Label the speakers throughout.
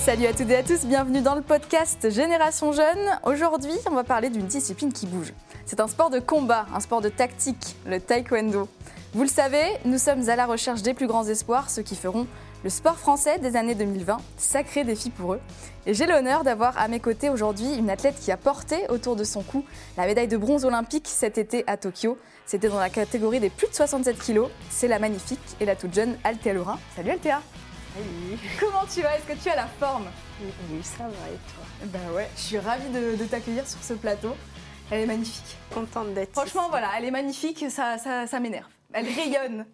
Speaker 1: Salut à toutes et à tous, bienvenue dans le podcast Génération Jeune. Aujourd'hui, on va parler d'une discipline qui bouge. C'est un sport de combat, un sport de tactique, le taekwondo. Vous le savez, nous sommes à la recherche des plus grands espoirs, ceux qui feront le sport français des années 2020, sacré défi pour eux. Et j'ai l'honneur d'avoir à mes côtés aujourd'hui une athlète qui a porté autour de son cou la médaille de bronze olympique cet été à Tokyo. C'était dans la catégorie des plus de 67 kilos. C'est la magnifique et la toute jeune Althea Lorrain. Salut Althea
Speaker 2: Oui,
Speaker 1: Comment tu vas Est-ce que tu as la forme
Speaker 2: oui, ça va et toi
Speaker 1: Ben ouais, je suis ravie de, de t'accueillir sur ce plateau. Elle est magnifique.
Speaker 2: Contente d'être
Speaker 1: Franchement,
Speaker 2: ici.
Speaker 1: voilà, elle est magnifique, ça, ça, ça m'énerve. Elle rayonne.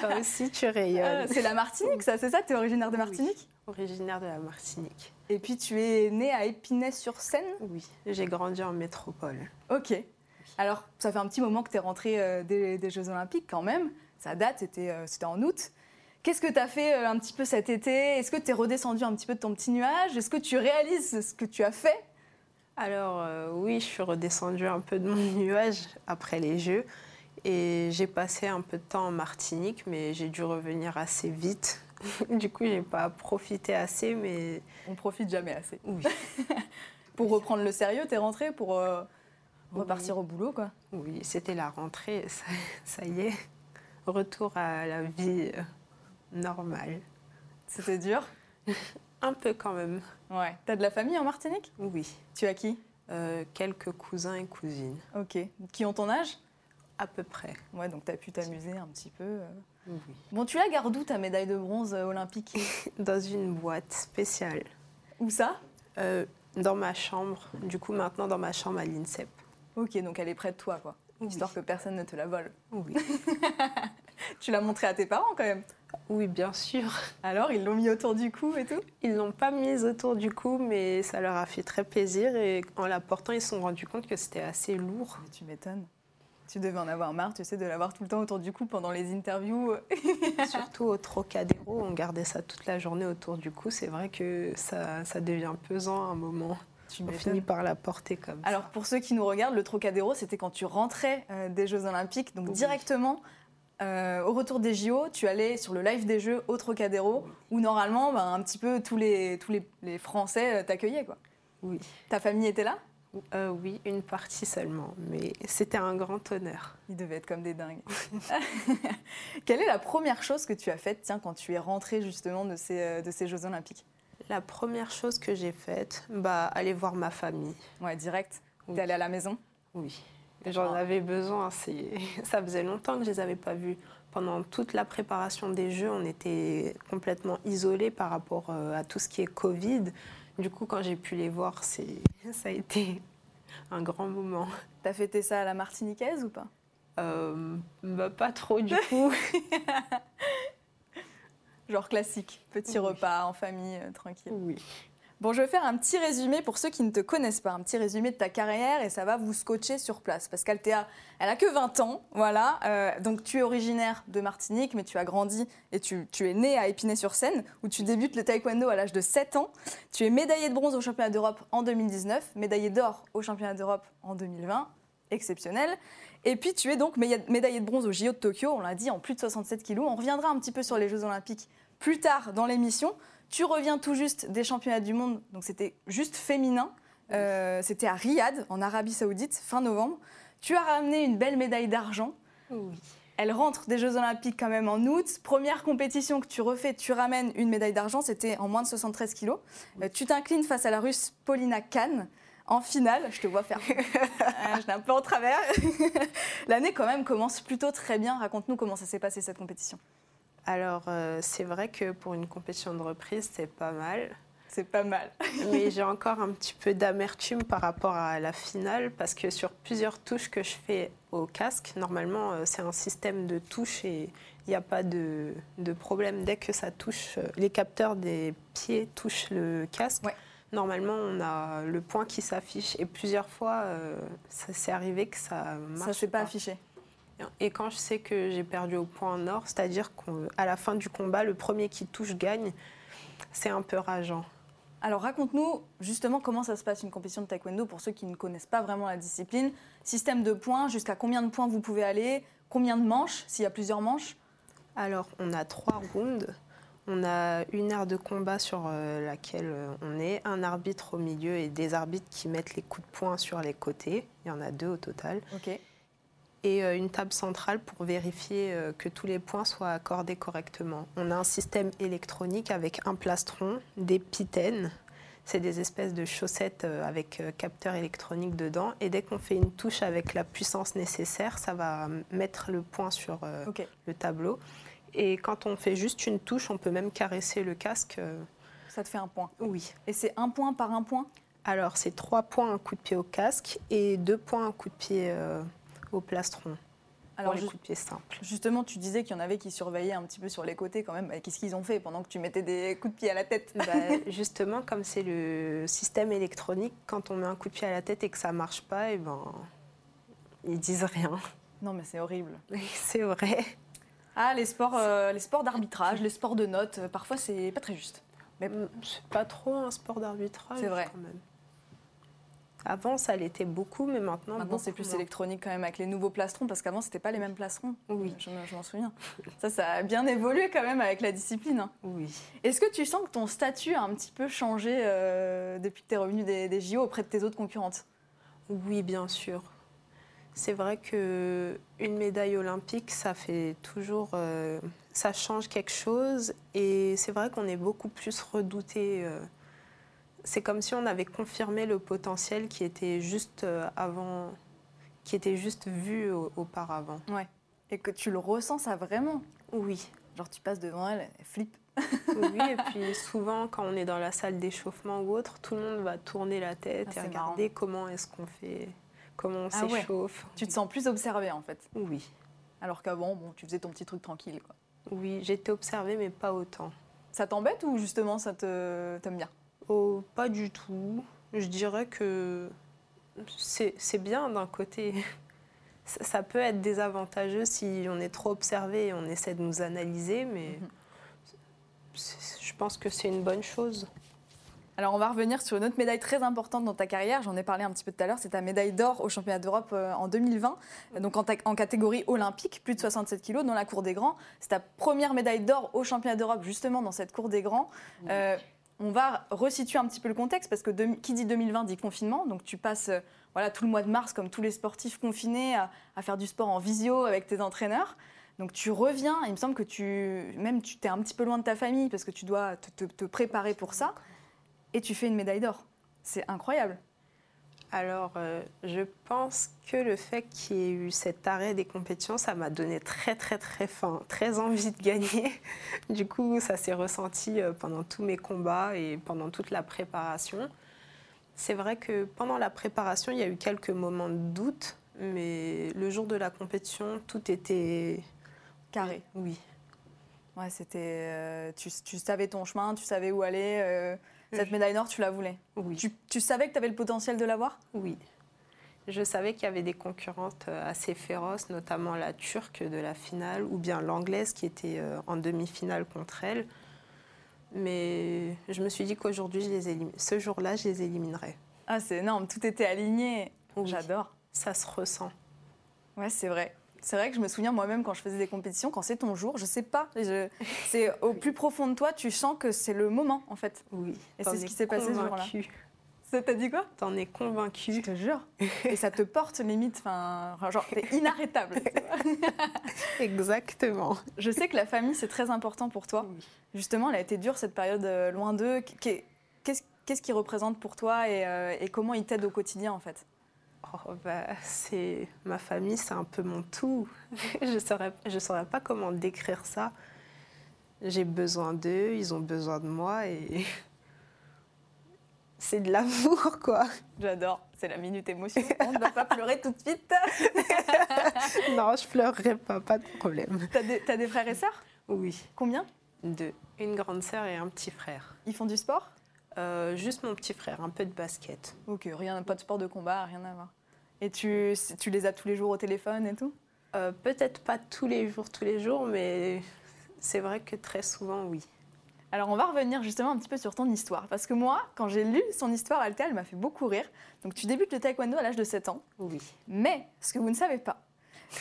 Speaker 2: Toi aussi, tu
Speaker 1: Euh,
Speaker 2: rayonnes.
Speaker 1: c'est la Martinique, ça, c'est ça T'es originaire de
Speaker 2: Oui.
Speaker 1: Martinique
Speaker 2: Originaire de la Martinique.
Speaker 1: Et puis tu es née à Épinay-sur-Seine
Speaker 2: Oui, j'ai grandi en métropole.
Speaker 1: Ok. Alors, ça fait un petit moment que t'es rentrée euh, des, des Jeux Olympiques quand même. Ça date, c'était euh, c'était en août. Qu'est-ce que t'as fait euh, un petit peu cet été Est-ce que t'es redescendue un petit peu de ton petit nuage Est-ce que tu réalises ce que tu as fait
Speaker 2: Alors euh, oui, je suis redescendue un peu de mon nuage après les Jeux et j'ai passé un peu de temps en Martinique, mais j'ai dû revenir assez vite. du coup, j'ai pas profité assez, mais
Speaker 1: On profite jamais assez.
Speaker 2: oui,
Speaker 1: Pour reprendre le sérieux, t'es rentrée pour euh, repartir au boulot, quoi.
Speaker 2: oui, c'était la rentrée, ça, ça y est, retour à la vie euh, normale.
Speaker 1: C'était dur.
Speaker 2: Un peu quand même,
Speaker 1: Ouais. T'as de la famille en Martinique
Speaker 2: oui.
Speaker 1: Tu as qui
Speaker 2: Euh, quelques cousins et cousines,
Speaker 1: Ok. Qui ont ton âge
Speaker 2: à peu près.
Speaker 1: Ouais, donc t'as pu t'amuser un petit peu. euh.
Speaker 2: Oui.
Speaker 1: Bon, tu la gardes où ta médaille de bronze euh, olympique
Speaker 2: Dans une boîte spéciale,
Speaker 1: Où ça
Speaker 2: Euh, dans ma chambre, du coup maintenant dans ma chambre à l'INSEP.
Speaker 1: Ok, donc elle est près de toi, quoi.
Speaker 2: Oui.
Speaker 1: Histoire que personne ne te la vole.
Speaker 2: Oui.
Speaker 1: Tu l'as montrée à tes parents quand même.
Speaker 2: oui, bien sûr.
Speaker 1: Alors, ils l'ont mis autour du cou et tout
Speaker 2: Ils l'ont pas mise autour du cou, mais ça leur a fait très plaisir et en la portant, ils se sont rendus compte que c'était assez lourd.
Speaker 1: Mais tu m'étonnes. Tu devais en avoir marre, tu sais, de l'avoir tout le temps autour du cou pendant les interviews. euh.
Speaker 2: Surtout au Trocadéro, on gardait ça toute la journée autour du cou. C'est vrai que ça, ça devient pesant à un moment.
Speaker 1: Tu
Speaker 2: On
Speaker 1: m'étonnes.
Speaker 2: finit par la porter comme ça.
Speaker 1: Alors pour ceux qui nous regardent, le Trocadéro, c'était quand tu rentrais euh, des Jeux Olympiques, donc
Speaker 2: Oui.
Speaker 1: directement euh, au retour des JO, tu allais sur le live des Jeux au Trocadéro, où normalement, ben, un petit peu tous les, tous les, les Français euh, t'accueillaient. quoi.
Speaker 2: Oui.
Speaker 1: Ta famille était là
Speaker 2: Euh, oui, une partie seulement, mais c'était un grand honneur.
Speaker 1: Ils devaient être comme des dingues. Quelle est la première chose que tu as faite, tiens, quand tu es rentrée justement de ces, euh, de ces Jeux Olympiques
Speaker 2: La première chose que j'ai faite, bah, aller voir ma famille.
Speaker 1: Ouais, direct.
Speaker 2: Oui.
Speaker 1: T'es allée à la maison
Speaker 2: Oui, j'en avais besoin. c'est- Ça faisait longtemps que je les avais pas vus. Pendant toute la préparation des Jeux, on était complètement isolés par rapport euh, à tout ce qui est Covid. Du coup, quand j'ai pu les voir, c'est- ça a été un grand moment.
Speaker 1: T'as fêté ça à la Martiniquaise ou pas
Speaker 2: Euh, bah, pas trop du coup.
Speaker 1: Genre classique, petit
Speaker 2: Oui.
Speaker 1: repas en famille, euh, tranquille.
Speaker 2: oui.
Speaker 1: Bon, je vais faire un petit résumé pour ceux qui ne te connaissent pas, un petit résumé de ta carrière et ça va vous scotcher sur place. Parce qu'Altea, elle a que 20 ans, voilà. Euh, donc tu es originaire de Martinique, mais tu as grandi et tu, tu es né à Épinay-sur-Seine, où tu débutes le taekwondo à l'âge de 7 ans. Tu es médaillée de bronze au championnat d'Europe en 2019, médaillée d'or au championnat d'Europe en 2020, exceptionnel. Et puis tu es donc méda- médaillée de bronze au JO de Tokyo, on l'a dit, en plus de 67 kilos. On reviendra un petit peu sur les Jeux Olympiques plus tard dans l'émission. Tu reviens tout juste des championnats du monde, donc c'était juste féminin. Euh, c'était à Riyad, en Arabie Saoudite, fin novembre. Tu as ramené une belle médaille d'argent.
Speaker 2: oui.
Speaker 1: Elle rentre des Jeux Olympiques quand même en août. Première compétition que tu refais, tu ramènes une médaille d'argent. C'était en moins de 73 kilos. Euh, tu t'inclines face à la Russe Paulina Kahn. En finale, je te vois faire. Ah, je l'ai un peu en travers. L'année, quand même, commence plutôt très bien. Raconte-nous comment ça s'est passé cette compétition.
Speaker 2: Alors, euh, c'est vrai que pour une compétition de reprise, c'est pas mal.
Speaker 1: C'est pas mal.
Speaker 2: mais j'ai encore un petit peu d'amertume par rapport à la finale parce que sur plusieurs touches que je fais au casque, normalement euh, c'est un système de touches et il n'y a pas de, de problème dès que ça touche, euh, les capteurs des pieds touchent le casque.
Speaker 1: Ouais.
Speaker 2: Normalement, on a le point qui s'affiche et plusieurs fois, euh, ça s'est arrivé que ça marche
Speaker 1: ça s'est pas affiché.
Speaker 2: et quand je sais que j'ai perdu au point nord, c'est-à-dire qu'à la fin du combat, le premier qui touche gagne, c'est un peu rageant.
Speaker 1: Alors raconte-nous justement comment ça se passe une compétition de taekwondo pour ceux qui ne connaissent pas vraiment la discipline. Système de points, jusqu'à combien de points vous pouvez aller, combien de manches, s'il y a plusieurs manches.
Speaker 2: Alors, on a trois rounds. On a une aire de combat sur euh, laquelle euh, on est, un arbitre au milieu et des arbitres qui mettent les coups de poing sur les côtés. Il y en a deux au total.
Speaker 1: Ok.
Speaker 2: Et euh, une table centrale pour vérifier euh, que tous les points soient accordés correctement. On a un système électronique avec un plastron, des pitaines. C'est des espèces de chaussettes euh, avec euh, capteur électronique dedans. Et dès qu'on fait une touche avec la puissance nécessaire, ça va euh, mettre le point sur euh,
Speaker 1: Ok.
Speaker 2: le tableau. Et quand on fait juste une touche, on peut même caresser le casque. euh,
Speaker 1: Ça te fait un point.
Speaker 2: Oui.
Speaker 1: Et c'est un point par un point
Speaker 2: Alors, c'est trois points un coup de pied au casque et deux points un coup de pied euh, au plastron.
Speaker 1: Alors,
Speaker 2: pour les
Speaker 1: ju-
Speaker 2: coups de pied simples.
Speaker 1: justement, tu disais qu'il y en avait qui surveillaient un petit peu sur les côtés quand même. Bah, Qu'est-ce qu'ils ont fait pendant que tu mettais des coups de pied à la tête
Speaker 2: Bah, justement, comme c'est le système électronique, quand on met un coup de pied à la tête et que ça marche pas, et ben, ils disent rien.
Speaker 1: Non, mais c'est horrible.
Speaker 2: c'est vrai.
Speaker 1: Ah, les sports, euh, les sports d'arbitrage, les sports de notes, euh, parfois c'est pas très juste.
Speaker 2: C'est pas trop un sport d'arbitrage.
Speaker 1: C'est vrai.
Speaker 2: Quand même. Avant, ça l'était beaucoup, mais maintenant,
Speaker 1: Maintenant, c'est
Speaker 2: Hein, beaucoup
Speaker 1: plus
Speaker 2: moins.
Speaker 1: électronique quand même avec les nouveaux plastrons, parce qu'avant, c'était pas les mêmes plastrons.
Speaker 2: Oui.
Speaker 1: Je, me- je m'en souviens. Ça, ça a bien évolué quand même avec la discipline. hein.
Speaker 2: Oui.
Speaker 1: Est-ce que tu sens que ton statut a un petit peu changé euh, depuis que tu es revenue des, des JO auprès de tes autres concurrentes
Speaker 2: Oui, bien sûr. C'est vrai que une médaille olympique, ça fait toujours, euh, ça change quelque chose, et c'est vrai qu'on est beaucoup plus redouté. euh. c'est comme si on avait confirmé le potentiel qui était juste euh, avant, qui était juste vu au- auparavant.
Speaker 1: Et que tu le ressens, ça vraiment
Speaker 2: Oui.
Speaker 1: Genre, tu passes devant elle, elle flippe.
Speaker 2: Oui, et puis souvent quand on est dans la salle d'échauffement ou autre, tout le monde va tourner la tête
Speaker 1: Ah,
Speaker 2: et
Speaker 1: c'est
Speaker 2: regarder comment est-ce qu'on fait, comment on
Speaker 1: Ah ouais.
Speaker 2: s'échauffe.
Speaker 1: Tu te sens plus observée en fait.
Speaker 2: Oui.
Speaker 1: Alors qu'avant, bon, tu faisais ton petit truc tranquille. Quoi.
Speaker 2: Oui, j'étais observée, mais pas autant.
Speaker 1: Ça t'embête ou justement ça te t'aimes bien
Speaker 2: Oh, pas du tout. Je dirais que c'est c'est bien d'un côté. Ça, ça peut être désavantageux si on est trop observé et on essaie de nous analyser, mais
Speaker 1: Mhm.
Speaker 2: c'est- je pense que c'est une bonne chose.
Speaker 1: Alors on va revenir sur une autre médaille très importante dans ta carrière, j'en ai parlé un petit peu tout à l'heure, c'est ta médaille d'or au championnat d'Europe euh, en 2020, euh, donc en, ta- en catégorie olympique, plus de 67 kilos dans la cour des grands. C'est ta première médaille d'or au championnat d'Europe justement dans cette cour des grands. Euh, on va resituer un petit peu le contexte parce que deux- qui dit 2020 dit confinement, donc tu passes euh, voilà, tout le mois de mars comme tous les sportifs confinés à, à faire du sport en visio avec tes entraîneurs. Donc tu reviens, il me semble que tu même tu t'es un petit peu loin de ta famille parce que tu dois te- te- te préparer pour ça et tu fais une médaille d'or. C'est incroyable.
Speaker 2: Alors, euh, je pense que le fait qu'il y ait eu cet arrêt des compétitions, ça m'a donné très, très, très faim, très envie de gagner. Du coup, ça s'est ressenti euh, pendant tous mes combats et pendant toute la préparation. C'est vrai que pendant la préparation, il y a eu quelques moments de doute, mais le jour de la compétition, tout était.
Speaker 1: Carré.
Speaker 2: Oui.
Speaker 1: Ouais, c'était. euh, tu, tu savais ton chemin, tu savais où aller. euh, cette
Speaker 2: Je-
Speaker 1: médaille d'or, tu la voulais.
Speaker 2: Oui.
Speaker 1: Tu, tu savais que tu avais le potentiel de l'avoir
Speaker 2: Oui. Je savais qu'il y avait des concurrentes euh, assez féroces, notamment la turque de la finale ou bien l'anglaise qui était euh, en demi-finale contre elle. Mais je me suis dit qu'aujourd'hui, je les élim- ce jour-là, je les éliminerai.
Speaker 1: Ah, c'est énorme, tout était aligné.
Speaker 2: Oui.
Speaker 1: J'adore.
Speaker 2: Ça se ressent.
Speaker 1: Ouais, c'est vrai. C'est vrai que je me souviens moi-même quand je faisais des compétitions, quand c'est ton jour, je sais pas. je- c'est au plus profond de toi, tu sens que c'est le moment en fait.
Speaker 2: Oui.
Speaker 1: Et
Speaker 2: T'en
Speaker 1: c'est ce
Speaker 2: es
Speaker 1: qui s'est passé ce jour-là.
Speaker 2: convaincue.
Speaker 1: Ça t'a dit quoi
Speaker 2: T'en es convaincue.
Speaker 1: te jure. Et ça te porte limite, enfin, genre t'es inarrêtable.
Speaker 2: Exactement.
Speaker 1: je sais que la famille c'est très important pour toi.
Speaker 2: Oui.
Speaker 1: Justement, elle a été dure cette période euh, loin d'eux. Qu- qu'est- Qu'est-ce qu'est-ce qu'ils représentent pour toi et, euh, et comment ils t'aident au quotidien en fait
Speaker 2: Oh, bah, c'est ma famille, c'est un peu mon tout. je saurais, je saurais pas comment décrire ça. J'ai besoin d'eux, ils ont besoin de moi et c'est de l'amour quoi.
Speaker 1: J'adore, c'est la minute émotion. On ne va pas pleurer tout de suite.
Speaker 2: non, je pleurerai pas, pas de problème.
Speaker 1: T'as des, t'as des frères et sœurs
Speaker 2: Oui,
Speaker 1: Combien
Speaker 2: deux, une grande sœur et un petit frère.
Speaker 1: Ils font du sport
Speaker 2: Euh, juste mon petit frère, un peu de basket.
Speaker 1: Ok, rien, pas de sport de combat, rien à voir. Et tu, tu les as tous les jours au téléphone et tout
Speaker 2: Euh, Peut-être pas tous les jours, tous les jours, mais c'est vrai que très souvent, oui.
Speaker 1: Alors on va revenir justement un petit peu sur ton histoire. Parce que moi, quand j'ai lu son histoire, Althea, elle m'a fait beaucoup rire. Donc tu débutes le taekwondo à l'âge de 7 ans.
Speaker 2: Oui.
Speaker 1: Mais ce que vous ne savez pas,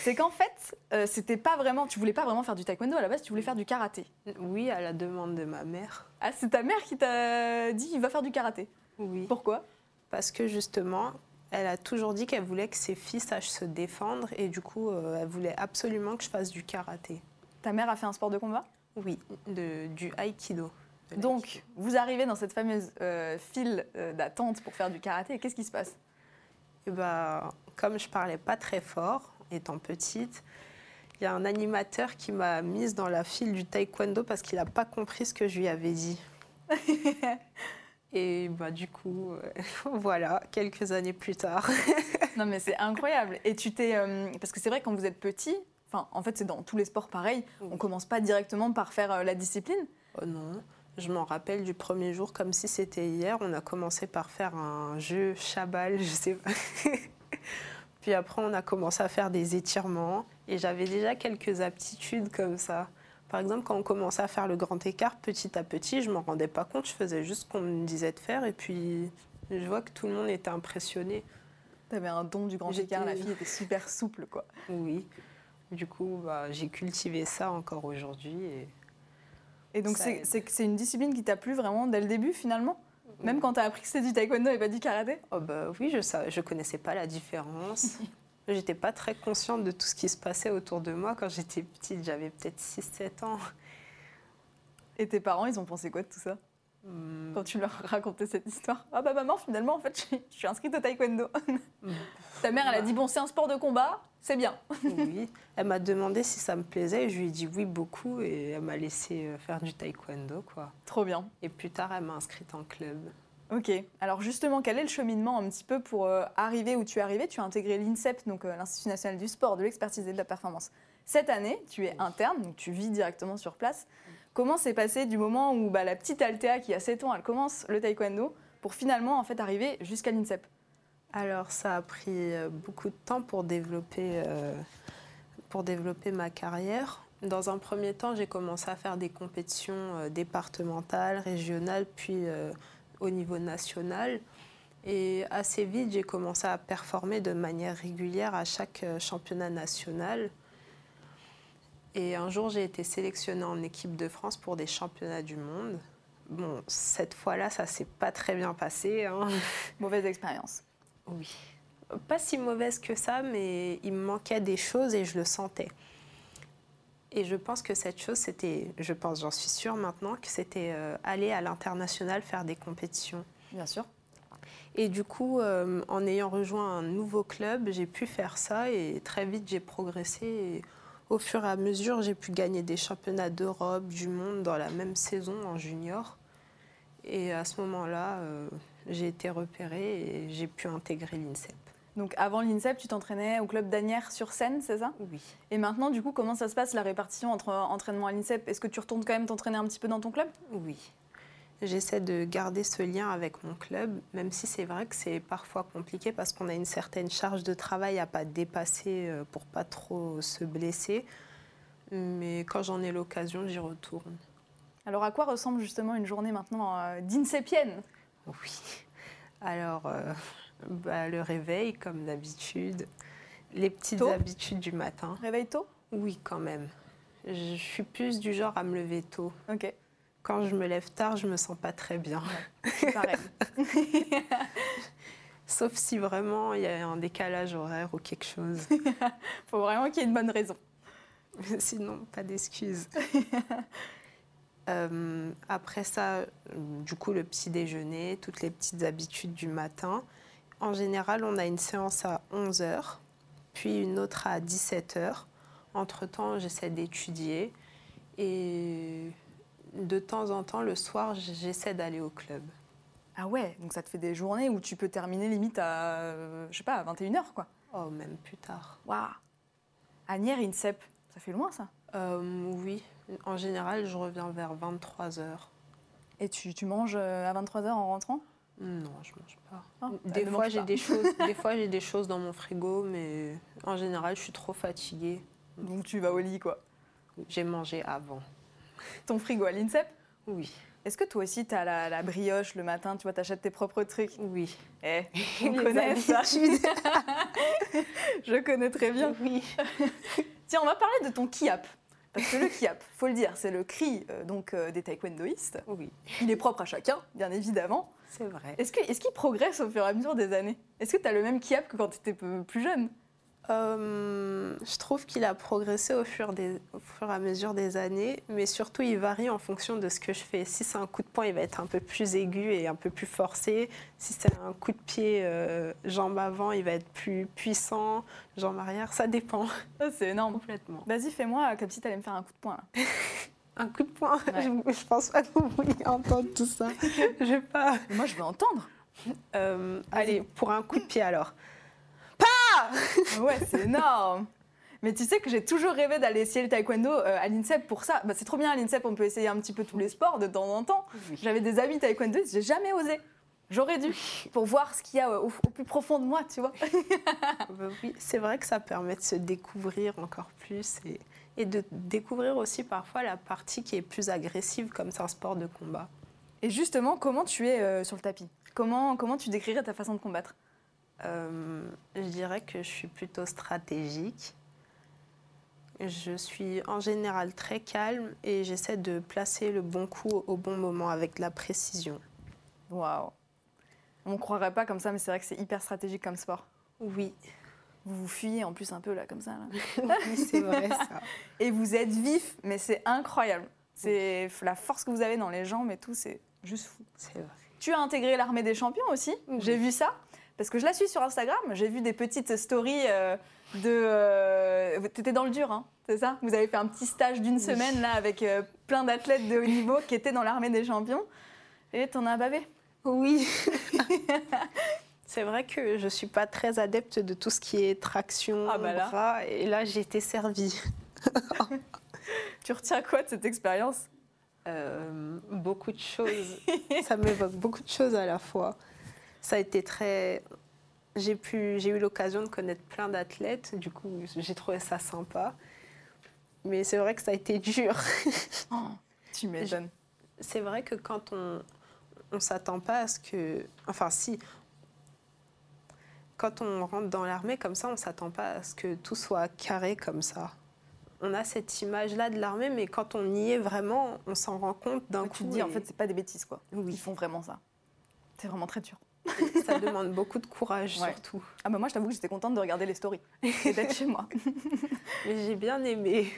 Speaker 1: C'est qu'en fait, euh, c'était pas vraiment, tu voulais pas vraiment faire du taekwondo à la base, tu voulais faire du karaté.
Speaker 2: Oui, à la demande de ma mère.
Speaker 1: Ah, c'est ta mère qui t'a dit il va faire du karaté.
Speaker 2: Oui.
Speaker 1: Pourquoi
Speaker 2: Parce que justement, elle a toujours dit qu'elle voulait que ses filles sachent se défendre et du coup, euh, elle voulait absolument que je fasse du karaté.
Speaker 1: Ta mère a fait un sport de combat
Speaker 2: Oui, de- du aikido. De
Speaker 1: Donc, vous arrivez dans cette fameuse euh, file euh, d'attente pour faire du karaté, et qu'est-ce qui se passe
Speaker 2: Et bah, comme je parlais pas très fort, étant petite, il y a un animateur qui m'a mise dans la file du taekwondo parce qu'il n'a pas compris ce que je lui avais dit. Et bah, du coup, euh, voilà, quelques années plus tard.
Speaker 1: Non, mais c'est incroyable. Et tu t'es. euh, parce que c'est vrai, quand vous êtes petit, enfin, en fait, c'est dans tous les sports pareil, on commence pas directement par faire euh, la discipline.
Speaker 2: Oh non, je m'en rappelle du premier jour comme si c'était hier. On a commencé par faire un jeu chabal, je sais pas. Puis après, on a commencé à faire des étirements et j'avais déjà quelques aptitudes comme ça. Par exemple, quand on commençait à faire le grand écart, petit à petit, je m'en rendais pas compte. Je faisais juste ce qu'on me disait de faire et puis je vois que tout le monde était impressionné.
Speaker 1: T'avais un don du grand
Speaker 2: J'étais-
Speaker 1: écart, la fille était super souple, quoi.
Speaker 2: Oui. Du coup, bah, j'ai cultivé ça encore aujourd'hui. et-
Speaker 1: Et donc,
Speaker 2: Ça
Speaker 1: c'est
Speaker 2: aide.
Speaker 1: c'est que c'est une discipline qui t'a plu vraiment dès le début, finalement Même quand t'as appris que c'était du taekwondo et pas du karaté
Speaker 2: Oh bah oui, je ne je connaissais pas la différence. J'étais pas très consciente de tout ce qui se passait autour de moi quand j'étais petite. J'avais peut-être 6-7 ans.
Speaker 1: Et tes parents, ils ont pensé quoi de tout ça
Speaker 2: Hmm,
Speaker 1: quand tu leur racontais cette histoire Ah bah maman, finalement, en fait, je suis- je suis inscrite au taekwondo.
Speaker 2: Mm.
Speaker 1: Ta mère, elle
Speaker 2: Bah.
Speaker 1: a dit bon, c'est un sport de combat, c'est bien.
Speaker 2: oui. Elle m'a demandé si ça me plaisait et je lui ai dit oui beaucoup et elle m'a laissé euh, faire du taekwondo. quoi.
Speaker 1: Trop bien.
Speaker 2: Et plus tard, elle m'a inscrite en club.
Speaker 1: Ok. Alors justement, quel est le cheminement un petit peu pour euh, arriver où tu es arrivé Tu as intégré l'INSEP, donc euh, l'Institut national du sport, de l'expertise et de la performance. Cette année, tu es interne, donc tu vis directement sur place. Comment s'est passé du moment où bah, la petite Altea qui a 7 ans, elle commence le taekwondo pour finalement en fait arriver jusqu'à l'INSEP
Speaker 2: Alors, ça a pris euh, beaucoup de temps pour développer, euh, pour développer ma carrière. Dans un premier temps, j'ai commencé à faire des compétitions euh, départementales, régionales, puis euh, au niveau national. Et assez vite, j'ai commencé à performer de manière régulière à chaque euh, championnat national. Et un jour, j'ai été sélectionnée en équipe de France pour des championnats du monde. Bon, cette fois-là, ça s'est pas très bien passé. hein.
Speaker 1: Mauvaise expérience.
Speaker 2: Oui. Pas si mauvaise que ça, mais il me manquait des choses et je le sentais. Et je pense que cette chose, c'était, je pense, j'en suis sûre maintenant, que c'était euh, aller à l'international faire des compétitions.
Speaker 1: Bien sûr.
Speaker 2: Et du coup, euh, en ayant rejoint un nouveau club, j'ai pu faire ça et très vite j'ai progressé. Et au fur et à mesure, j'ai pu gagner des championnats d'Europe, du monde dans la même saison en junior. Et à ce moment-là, euh, j'ai été repérée et j'ai pu intégrer l'INSEP.
Speaker 1: Donc avant l'INSEP, tu t'entraînais au club d'Anières sur Seine, c'est ça
Speaker 2: Oui.
Speaker 1: Et maintenant, du coup, comment ça se passe la répartition entre euh, entraînement à l'INSEP Est-ce que tu retournes quand même t'entraîner un petit peu dans ton club
Speaker 2: Oui. J'essaie de garder ce lien avec mon club, même si c'est vrai que c'est parfois compliqué parce qu'on a une certaine charge de travail à pas dépasser euh, pour pas trop se blesser. Mais quand j'en ai l'occasion, j'y retourne.
Speaker 1: Alors à quoi ressemble justement une journée maintenant euh, d'insepienne
Speaker 2: Oui. Alors, euh, bah, le réveil, comme d'habitude, les petites
Speaker 1: Tôt
Speaker 2: habitudes du matin.
Speaker 1: Réveil tôt
Speaker 2: Oui, quand même. Je suis plus du genre à me lever tôt.
Speaker 1: Ok,
Speaker 2: Quand je me lève tard, je me sens pas très bien.
Speaker 1: c'est pareil.
Speaker 2: Sauf si vraiment il y a un décalage horaire ou quelque chose.
Speaker 1: Faut vraiment qu'il y ait une bonne raison.
Speaker 2: Sinon, pas d'excuses. Euh, après ça, euh, du coup, le petit déjeuner, toutes les petites habitudes du matin. En général, on a une séance à 11h, puis une autre à 17h. Entre-temps, j'essaie d'étudier. Et de temps en temps, le soir, j'essaie d'aller au club.
Speaker 1: Ah ouais, donc ça te fait des journées où tu peux terminer limite à, euh, je sais pas, à 21h quoi.
Speaker 2: Oh, même plus tard.
Speaker 1: Waouh Agnières, INSEP, ça fait loin ça.
Speaker 2: Euh, oui, en général, je reviens vers 23h.
Speaker 1: Et tu, tu manges euh, à 23h en rentrant
Speaker 2: Non, je mange pas.
Speaker 1: Ah,
Speaker 2: des
Speaker 1: elle ne
Speaker 2: fois
Speaker 1: mange
Speaker 2: j'ai
Speaker 1: pas.
Speaker 2: des choses, des fois j'ai des choses dans mon frigo, mais en général je suis trop fatiguée.
Speaker 1: Donc tu vas au lit quoi.
Speaker 2: J'ai mangé avant.
Speaker 1: Ton frigo à l'INSEP
Speaker 2: Oui,
Speaker 1: Est-ce que toi aussi t'as la, la brioche le matin, tu vois, t'achètes tes propres trucs
Speaker 2: oui.
Speaker 1: Eh,
Speaker 2: Les
Speaker 1: on connaît ça.
Speaker 2: habitudes.
Speaker 1: Je connais très bien.
Speaker 2: Oui.
Speaker 1: Tiens, on va parler de ton kiap. Parce que le kiap, faut le dire, c'est le cri euh, donc euh, des taekwondoïstes.
Speaker 2: Oui,
Speaker 1: Il est propre à chacun, bien évidemment.
Speaker 2: c'est vrai.
Speaker 1: Est-ce que- est-ce qu'il progresse au fur et à mesure des années Est-ce que tu as le même kiap que quand tu étais peu- plus jeune
Speaker 2: Euh, je trouve qu'il a progressé au fur, des- au fur et à mesure des années, mais surtout il varie en fonction de ce que je fais. Si c'est un coup de poing, il va être un peu plus aigu et un peu plus forcé. Si c'est un coup de pied, euh, jambe avant, il va être plus puissant, jambe arrière, ça dépend
Speaker 1: Ah, C'est énorme.
Speaker 2: complètement.
Speaker 1: Vas-y, fais-moi comme si tu allais me faire un coup de poing. là.
Speaker 2: Un coup de poing,
Speaker 1: Ouais.
Speaker 2: je, je pense pas que vous vouliez entendre tout ça. je vais pas.
Speaker 1: Mais Moi, je veux entendre.
Speaker 2: Euh, allez, pour un coup de pied alors.
Speaker 1: Ah Ouais, c'est énorme. Mais tu sais que j'ai toujours rêvé d'aller essayer le taekwondo euh, à l'INSEP pour ça. Bah, c'est trop bien à l'INSEP, on peut essayer un petit peu tous les sports de temps en temps. J'avais des amis taekwondoïstes, j'ai jamais osé. J'aurais dû pour voir ce qu'il y a euh, au, au plus profond de moi, tu vois.
Speaker 2: Bah oui, c'est vrai que ça permet de se découvrir encore plus et, et de découvrir aussi parfois la partie qui est plus agressive, comme c'est un sport de combat.
Speaker 1: Et justement, comment tu es euh, sur le tapis comment, comment tu décrirais ta façon de combattre
Speaker 2: Euh, je dirais que je suis plutôt stratégique. Je suis en général très calme et j'essaie de placer le bon coup au bon moment avec de la précision.
Speaker 1: Waouh. On croirait pas comme ça, mais c'est vrai que c'est hyper stratégique comme sport.
Speaker 2: Oui,
Speaker 1: Vous vous fuyez en plus un peu là, comme ça. là.
Speaker 2: oui, c'est vrai ça.
Speaker 1: Et vous êtes vif, mais c'est incroyable. C'est f- la force que vous avez dans les jambes et tout, c'est juste fou.
Speaker 2: C'est vrai.
Speaker 1: Tu as intégré l'armée des champions aussi,
Speaker 2: Oui.
Speaker 1: j'ai vu ça. Parce que je la suis sur Instagram, j'ai vu des petites stories euh, de. euh, T'étais dans le dur, hein, c'est ça Vous avez fait un petit stage d'une
Speaker 2: Oui.
Speaker 1: semaine là avec euh, plein d'athlètes de haut niveau qui étaient dans l'armée des champions. Et t'en as bavé.
Speaker 2: Oui. C'est vrai que je suis pas très adepte de tout ce qui est traction,
Speaker 1: Ah bah là.
Speaker 2: bras, et là j'ai été servie.
Speaker 1: Tu retiens quoi de cette expérience
Speaker 2: Euh, beaucoup de choses. ça m'évoque beaucoup de choses à la fois. Ça a été très. J'ai pu, j'ai eu l'occasion de connaître plein d'athlètes. Du coup, j'ai trouvé ça sympa. Mais c'est vrai que ça a été dur.
Speaker 1: Oh, Tu m'étonnes.
Speaker 2: c'est vrai que quand on on s'attend pas à ce que enfin si quand on rentre dans l'armée comme ça on s'attend pas à ce que tout soit carré comme ça on a cette image là de l'armée mais quand on y est vraiment on s'en rend compte d'un coup
Speaker 1: Bah, Tu te dis, en
Speaker 2: et-
Speaker 1: fait, c'est pas des bêtises quoi. Ils
Speaker 2: oui
Speaker 1: font vraiment ça. C'est vraiment très dur.
Speaker 2: ça demande beaucoup de courage
Speaker 1: Ouais.
Speaker 2: surtout
Speaker 1: Ah bah moi, je t'avoue que j'étais contente de regarder les stories et d'être chez moi.
Speaker 2: mais j'ai bien aimé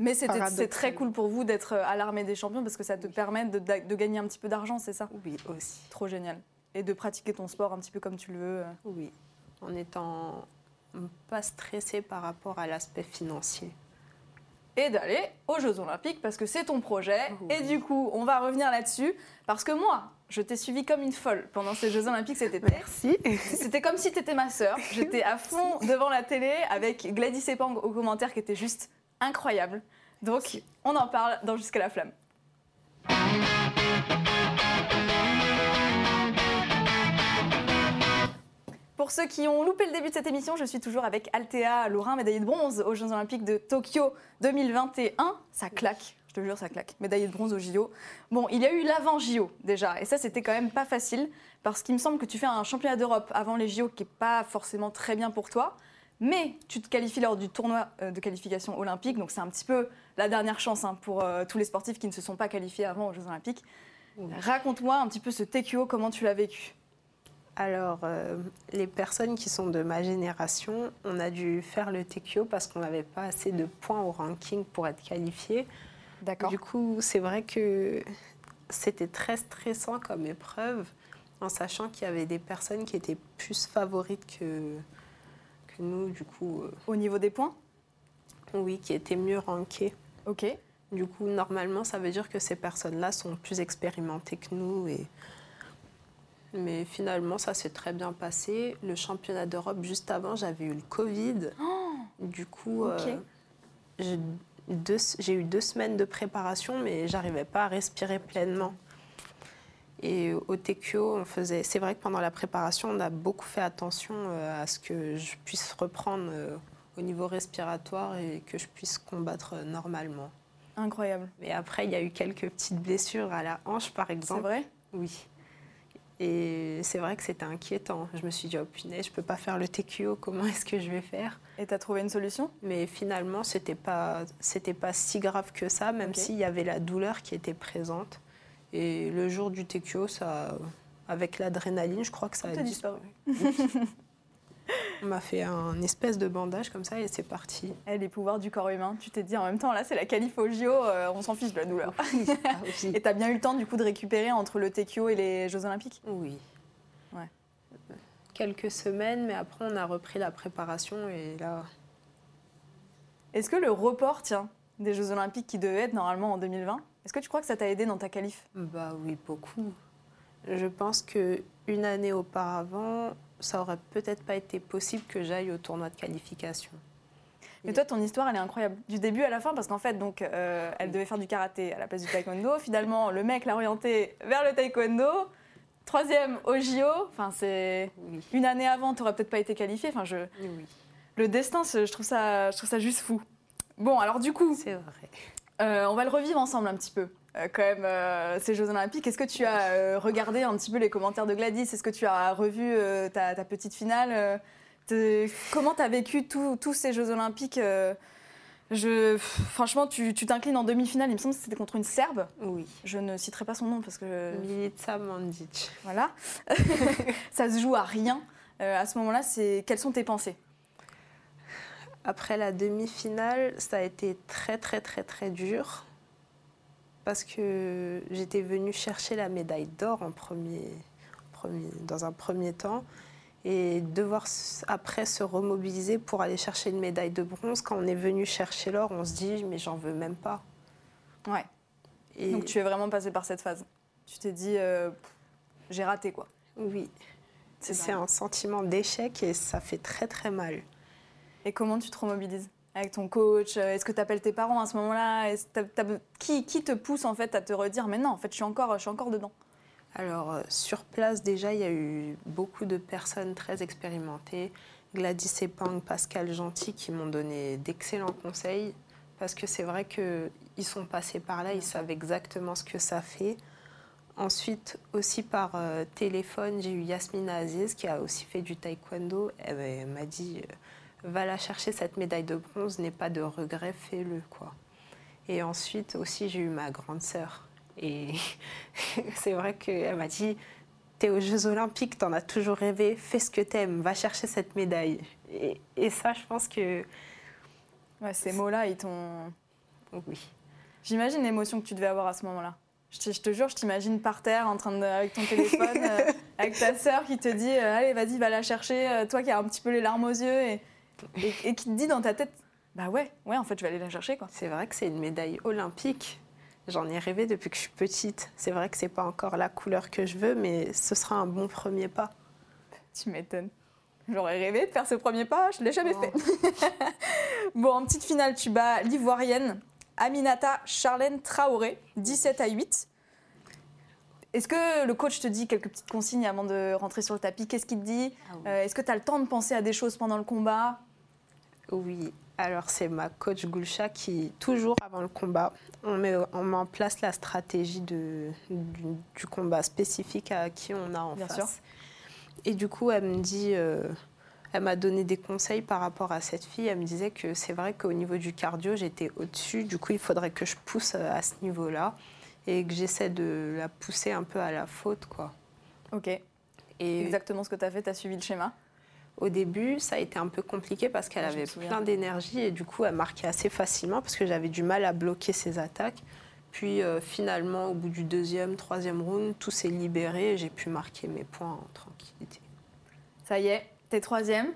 Speaker 1: Mais c'était- c'est
Speaker 2: Paradoxalement.
Speaker 1: très cool pour vous d'être euh, à l'armée des champions parce que ça te
Speaker 2: Oui.
Speaker 1: permet de, de gagner un petit peu d'argent, c'est ça
Speaker 2: oui aussi
Speaker 1: Trop génial. Et de pratiquer ton sport un petit peu comme tu le veux.
Speaker 2: oui en étant pas stressé par rapport à l'aspect financier
Speaker 1: Et d'aller aux Jeux Olympiques parce que c'est ton projet.
Speaker 2: Oh
Speaker 1: Et
Speaker 2: oui.
Speaker 1: du coup, on va revenir là-dessus parce que moi, je t'ai suivi comme une folle pendant ces Jeux Olympiques cet été.
Speaker 2: merci
Speaker 1: C'était comme si t'étais ma sœur. J'étais à fond devant la télé avec Gladys Epang aux commentaires qui était juste incroyable. Donc, on en parle dans Jusqu'à la flamme. Pour ceux qui ont loupé le début de cette émission, je suis toujours avec Althea Lorrain, médaillée de bronze aux Jeux Olympiques de Tokyo 2021. Ça claque, je te jure, ça claque. Médaillée de bronze aux JO. Bon, il y a eu l'avant JO déjà, et ça, c'était quand même pas facile, parce qu'il me semble que tu fais un championnat d'Europe avant les JO qui est pas forcément très bien pour toi, mais tu te qualifies lors du tournoi euh, de qualification olympique, donc c'est un petit peu la dernière chance hein, pour euh, tous les sportifs qui ne se sont pas qualifiés avant aux Jeux Olympiques.
Speaker 2: Oui.
Speaker 1: Raconte-moi un petit peu ce TQO, comment tu l'as vécu.
Speaker 2: Alors, euh, les personnes qui sont de ma génération, on a dû faire le TQO parce qu'on n'avait pas assez de points au ranking pour être qualifié.
Speaker 1: D'accord.
Speaker 2: Du coup, c'est vrai que c'était très stressant comme épreuve, en sachant qu'il y avait des personnes qui étaient plus favorites que, que nous, du coup, euh,
Speaker 1: Au niveau des points
Speaker 2: oui, qui étaient mieux rankées.
Speaker 1: Ok.
Speaker 2: Du coup, normalement, ça veut dire que ces personnes-là sont plus expérimentées que nous. Et... Mais finalement, ça s'est très bien passé. Le championnat d'Europe, juste avant, j'avais eu le Covid. du coup,
Speaker 1: ok.
Speaker 2: euh, j'ai deux- j'ai eu deux semaines de préparation, mais j'arrivais pas à respirer pleinement. Et au TQO, on faisait. C'est vrai que pendant la préparation, on a beaucoup fait attention euh, à ce que je puisse reprendre euh, au niveau respiratoire et que je puisse combattre euh, normalement.
Speaker 1: Incroyable.
Speaker 2: Mais après, il y a eu quelques petites blessures à la hanche, par
Speaker 1: C'est
Speaker 2: exemple.
Speaker 1: vrai
Speaker 2: Oui. Et c'est vrai que c'était inquiétant. Je me suis dit, oh punaise, je ne peux pas faire le TQO, comment est-ce que je vais faire
Speaker 1: Et tu as trouvé une solution
Speaker 2: Mais finalement, ce n'était pas, c'était pas si grave que ça, même
Speaker 1: Ok.
Speaker 2: s'il y avait la douleur qui était présente. Et le jour du TQO, ça, avec l'adrénaline, je crois que ça
Speaker 1: Tout
Speaker 2: a
Speaker 1: a
Speaker 2: disparu. On m'a fait un espèce de bandage comme ça et c'est parti.
Speaker 1: Eh, les pouvoirs du corps humain. Tu t'es dit en même temps, là, c'est la qualif au JO, euh, on s'en fiche de la douleur.
Speaker 2: Ah oui.
Speaker 1: Et t'as bien eu le temps, du coup, de récupérer entre le TQO et les Jeux Olympiques
Speaker 2: Oui.
Speaker 1: Ouais.
Speaker 2: Quelques semaines, mais après on a repris la préparation et là.
Speaker 1: Est-ce que le report, tiens, des Jeux Olympiques qui devaient être normalement en 2020, est-ce que tu crois que ça t'a aidé dans ta qualif
Speaker 2: Bah oui, beaucoup. Je pense que une année auparavant, ça aurait peut-être pas été possible que j'aille au tournoi de qualification.
Speaker 1: Mais toi, ton histoire, elle est incroyable. Du début à la fin, parce qu'en fait, donc, euh, elle devait faire du karaté à la place du taekwondo. Finalement, le mec l'a orienté vers le taekwondo. Troisième au JO. Enfin, c'est.
Speaker 2: Oui.
Speaker 1: Une année avant, t'aurais peut-être pas été qualifié. Enfin, je...
Speaker 2: Oui,
Speaker 1: Le destin, c'est- je trouve, ça... je trouve ça juste fou. Bon, alors du coup,
Speaker 2: c'est vrai.
Speaker 1: euh, on va le revivre ensemble un petit peu. Euh, quand même, euh, ces Jeux Olympiques, est-ce que tu as euh, regardé un petit peu les commentaires de Gladys Est-ce que tu as revu euh, ta, ta petite finale Euh, t'es- Comment tu as vécu tout- tous ces Jeux Olympiques euh, je, pff, franchement, tu tu t'inclines en demi-finale, il me semble que c'était contre une Serbe.
Speaker 2: Oui. Euh,
Speaker 1: Je ne citerai pas son nom parce que
Speaker 2: Milica Mandic.
Speaker 1: voilà. ça se joue à rien. Euh, à ce moment-là, c'est quelles sont tes pensées
Speaker 2: Après la demi-finale, ça a été très très très très dur parce que j'étais venue chercher la médaille d'or en premier, premier- dans un premier temps et devoir s- après se remobiliser pour aller chercher une médaille de bronze quand on est venu chercher l'or, on se dit mais j'en veux même pas.
Speaker 1: Ouais.
Speaker 2: Et
Speaker 1: Donc tu es vraiment passé par cette phase. Tu t'es dit, euh, pff, j'ai raté quoi.
Speaker 2: oui,
Speaker 1: C'est
Speaker 2: c'est un sentiment d'échec et ça fait très très mal.
Speaker 1: Et comment tu te remobilises Avec ton coach euh, Est-ce que tu appelles tes parents à ce moment-là Est-ce que t'as- t'as- qui, qui te pousse en fait à te redire mais non, en fait, je suis encore, je suis encore dedans
Speaker 2: Alors, euh, sur place, déjà, il y a eu beaucoup de personnes très expérimentées. Gladys Epang, Pascal Gentil, qui m'ont donné d'excellents conseils. Parce que c'est vrai qu'ils sont passés par là, ils savent exactement ce que ça fait. Ensuite, aussi par euh, téléphone, j'ai eu Yasmina Aziz, qui a aussi fait du taekwondo. Elle, elle m'a dit euh, Va la chercher, cette médaille de bronze, n'aie pas de regret, fais-le. quoi. Et ensuite, aussi, j'ai eu ma grande sœur. Et c'est vrai qu'elle m'a dit T'es aux Jeux Olympiques, t'en as toujours rêvé, fais ce que t'aimes, va chercher cette médaille. Et, et ça, je pense que.
Speaker 1: Ouais, ces mots-là, ils t'ont.
Speaker 2: Oui.
Speaker 1: J'imagine l'émotion que tu devais avoir à ce moment-là. Je te, je te jure, je t'imagine par terre, en train de, avec ton téléphone, euh, avec ta sœur qui te dit euh, Allez, vas-y, va la chercher, euh, toi qui as un petit peu les larmes aux yeux, et, et- et qui te dit dans ta tête Bah ouais, ouais, en fait, je vais aller la chercher quoi.
Speaker 2: C'est vrai que c'est une médaille olympique. J'en ai rêvé depuis que je suis petite. C'est vrai que c'est pas encore la couleur que je veux, mais ce sera un bon premier pas.
Speaker 1: Tu m'étonnes. J'aurais rêvé de faire ce premier pas, je ne l'ai jamais
Speaker 2: Oh.
Speaker 1: fait. bon, en petite finale, tu bats l'Ivoirienne Aminata Charlène Traoré, 17 à 8. Est-ce que le coach te dit quelques petites consignes avant de rentrer sur le tapis Qu'est-ce qu'il te dit Euh, Est-ce que tu as le temps de penser à des choses pendant le combat
Speaker 2: Oui, alors c'est ma coach Goulcha qui, toujours avant le combat, on met, on met en place la stratégie de, du, du combat spécifique à qui on a en
Speaker 1: Bien
Speaker 2: face.
Speaker 1: sûr.
Speaker 2: Et du coup, elle me dit, euh, elle m'a donné des conseils par rapport à cette fille. Elle me disait que c'est vrai qu'au niveau du cardio, j'étais au-dessus. Du coup, il faudrait que je pousse à ce niveau-là et que j'essaie de la pousser un peu à la faute, quoi.
Speaker 1: Ok,
Speaker 2: Et
Speaker 1: exactement ce que tu as fait, tu as suivi le schéma.
Speaker 2: au début, ça a été un peu compliqué parce qu'elle
Speaker 1: Ouais, je me
Speaker 2: avait
Speaker 1: souviens.
Speaker 2: plein d'énergie et du coup, elle marquait assez facilement parce que j'avais du mal à bloquer ses attaques. Puis euh, finalement, au bout du deuxième, troisième round, tout s'est libéré et j'ai pu marquer mes points en tranquillité.
Speaker 1: Ça y est, t'es troisième.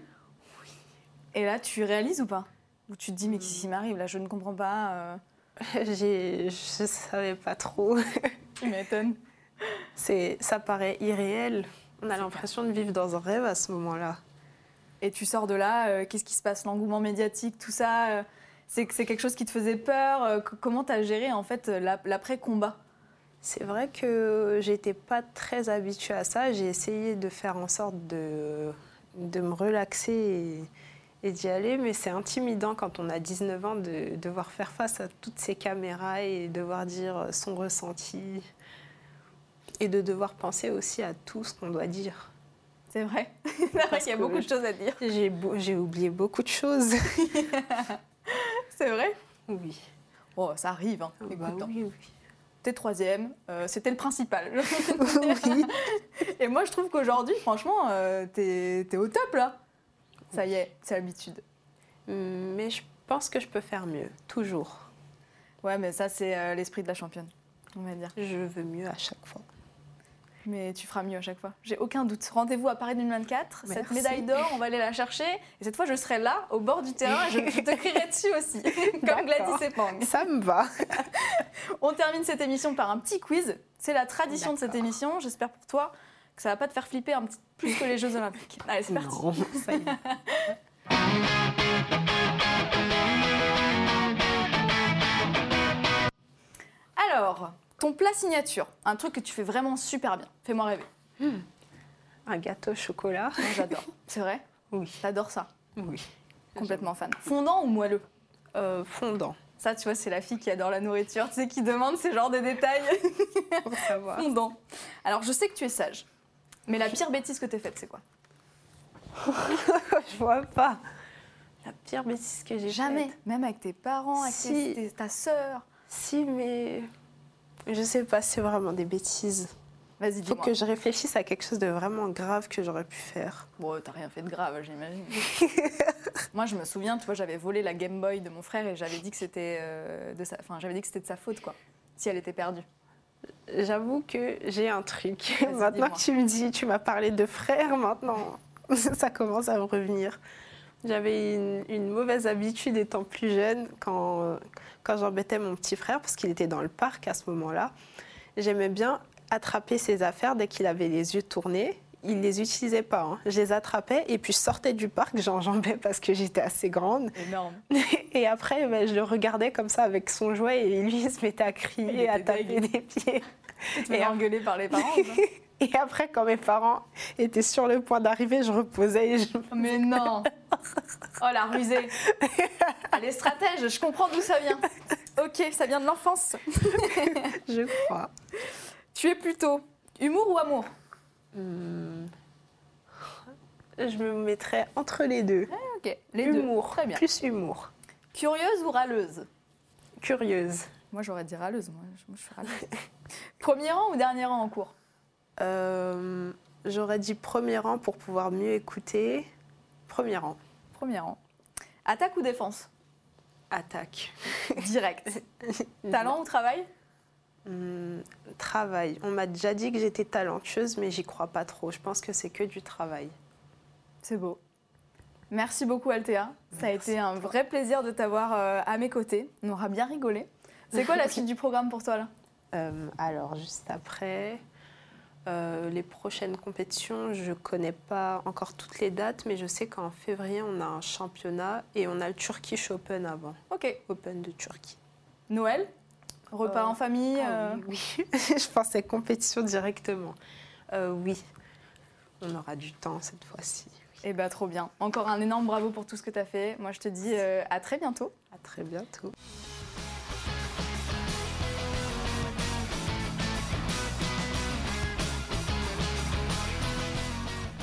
Speaker 1: Et là, tu réalises ou pas Ou tu te dis, mais qu'est-ce qui m'arrive là Je ne comprends pas. euh,
Speaker 2: J'ai- je savais pas trop.
Speaker 1: Tu m'étonnes.
Speaker 2: C'est, ça paraît irréel. On a l'impression de vivre dans un rêve à ce moment-là.
Speaker 1: Et tu sors de là, euh, qu'est-ce qui se passe L'engouement médiatique, tout ça euh, C'est c'est quelque chose qui te faisait peur euh, co- Comment t'as géré en fait euh, l'ap- l'après-combat
Speaker 2: C'est vrai que j'étais pas très habituée à ça. J'ai essayé de faire en sorte de, de me relaxer et, et d'y aller, mais c'est intimidant quand on a 19 ans de devoir faire face à toutes ces caméras et devoir dire son ressenti. et de devoir penser aussi à tout ce qu'on doit dire.
Speaker 1: C'est vrai. C'est vrai qu'il y a
Speaker 2: que
Speaker 1: beaucoup de
Speaker 2: je-
Speaker 1: choses à dire.
Speaker 2: J'ai beau- j'ai oublié beaucoup de choses.
Speaker 1: C'est vrai
Speaker 2: Oui.
Speaker 1: Oh, ça arrive. Hein. Écoute,
Speaker 2: Bah
Speaker 1: hein.
Speaker 2: oui, oui.
Speaker 1: T'es troisième, euh, c'était le principal.
Speaker 2: oui.
Speaker 1: Et moi, je trouve qu'aujourd'hui, franchement, euh, t'es t'es au top là. Ça y est, c'est l'habitude.
Speaker 2: Mais je pense que je peux faire mieux, toujours.
Speaker 1: Ouais, mais ça, c'est euh, l'esprit de la championne, on va dire.
Speaker 2: Je veux mieux à chaque fois.
Speaker 1: Mais tu feras mieux à chaque fois. J'ai aucun doute. Rendez-vous à Paris 2024. Cette
Speaker 2: Merci.
Speaker 1: médaille d'or, on va aller la chercher. Et cette fois, je serai là, au bord du terrain, et je, je te crierai dessus aussi, comme
Speaker 2: D'accord.
Speaker 1: Gladys Epang.
Speaker 2: Ça me va.
Speaker 1: On termine cette émission par un petit quiz. C'est la tradition de cette
Speaker 2: D'accord.
Speaker 1: émission. J'espère pour toi que ça va pas te faire flipper un petit plus que les Jeux Olympiques. Allez, c'est parti.
Speaker 2: Non, ça y est.
Speaker 1: Alors, ton plat signature, un truc que tu fais vraiment super bien. Fais-moi rêver.
Speaker 2: Un gâteau au chocolat.
Speaker 1: Moi, j'adore. C'est vrai
Speaker 2: Oui.
Speaker 1: J'adore ça.
Speaker 2: Oui.
Speaker 1: Complètement fan. Fondant ou moelleux
Speaker 2: Euh, fondant,
Speaker 1: Ça, tu vois, c'est la fille qui adore la nourriture, tu sais, qui demande ce genre de détails.
Speaker 2: pour savoir.
Speaker 1: Fondant. Alors, je sais que tu es sage, mais la pire bêtise que t'aies faite, c'est quoi
Speaker 2: je vois pas. La pire bêtise que j'ai faite.
Speaker 1: Même avec tes parents, avec
Speaker 2: Si.
Speaker 1: tes- ta sœur.
Speaker 2: Si, mais je sais pas, c'est vraiment des bêtises.
Speaker 1: Vas-y,
Speaker 2: Faut
Speaker 1: dis-moi.
Speaker 2: que je réfléchisse à quelque chose de vraiment grave que j'aurais pu faire.
Speaker 1: Bon, t'as rien fait de grave, j'imagine. Moi, je me souviens, tu vois, j'avais volé la Game Boy de mon frère et j'avais dit que c'était euh, de sa, enfin, j'avais dit que c'était de sa faute, quoi. Si elle était perdue.
Speaker 2: J'avoue que j'ai un truc.
Speaker 1: Vas-y,
Speaker 2: Maintenant
Speaker 1: dis-moi.
Speaker 2: que tu me dis, tu m'as parlé de frère, maintenant, ça commence à me revenir. J'avais une, une mauvaise habitude étant plus jeune, quand, quand j'embêtais mon petit frère, parce qu'il était dans le parc à ce moment-là. J'aimais bien attraper ses affaires dès qu'il avait les yeux tournés. Il les utilisait pas. hein. Je les attrapais et puis je sortais du parc, j'enjambais parce que j'étais assez grande.
Speaker 1: Énorme.
Speaker 2: Et après, ben, je le regardais comme ça avec son jouet et lui, il se mettait à
Speaker 1: Il
Speaker 2: crier,
Speaker 1: était
Speaker 2: à taper des pieds.
Speaker 1: Tu te
Speaker 2: Et
Speaker 1: fais
Speaker 2: après-
Speaker 1: engueuler par les parents. hein. quoi.
Speaker 2: Et après, quand mes parents étaient sur le point d'arriver, je reposais et je...
Speaker 1: Mais non Oh la rusée Elle est stratège, je comprends d'où ça vient. Ok, ça vient de l'enfance.
Speaker 2: je crois.
Speaker 1: Tu es plutôt humour ou amour
Speaker 2: Hmm. Je me mettrais entre les deux.
Speaker 1: Ok, les
Speaker 2: humour,
Speaker 1: Très bien.
Speaker 2: plus humour.
Speaker 1: Curieuse ou râleuse
Speaker 2: Curieuse.
Speaker 1: Moi j'aurais dit râleuse, moi je, moi, je suis râleuse. Premier rang ou dernier rang en cours
Speaker 2: Euh, J'aurais dit premier rang pour pouvoir mieux écouter. Premier rang.
Speaker 1: Premier rang. Attaque ou défense
Speaker 2: Attaque.
Speaker 1: Direct. Talent ou travail
Speaker 2: Hmm, Travail. On m'a déjà dit que j'étais talentueuse, mais j'y crois pas trop. Je pense que c'est que du travail.
Speaker 1: C'est beau. Merci beaucoup Althea. Ça a
Speaker 2: Merci
Speaker 1: été un vrai plaisir de t'avoir euh, à mes côtés. On aura bien rigolé. C'est quoi la suite du programme pour toi là
Speaker 2: Euh, alors, juste après, euh, les prochaines compétitions, je ne connais pas encore toutes les dates, mais je sais qu'en février, on a un championnat et on a le Turkish Open avant,
Speaker 1: Ok.
Speaker 2: Open de Turquie.
Speaker 1: Noël Repas
Speaker 2: Euh,
Speaker 1: en famille euh,
Speaker 2: Ah oui, oui. je pensais compétition directement. Euh, oui, on aura du temps cette fois-ci. Oui.
Speaker 1: Eh ben trop bien. Encore un énorme bravo pour tout ce que tu as fait. Moi, je te dis euh, à très bientôt.
Speaker 2: À très bientôt.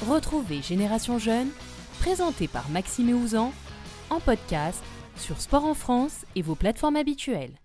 Speaker 3: Retrouvez Génération Jeune, présenté par Maxime et Ouzan, en podcast sur Sport en France et vos plateformes habituelles.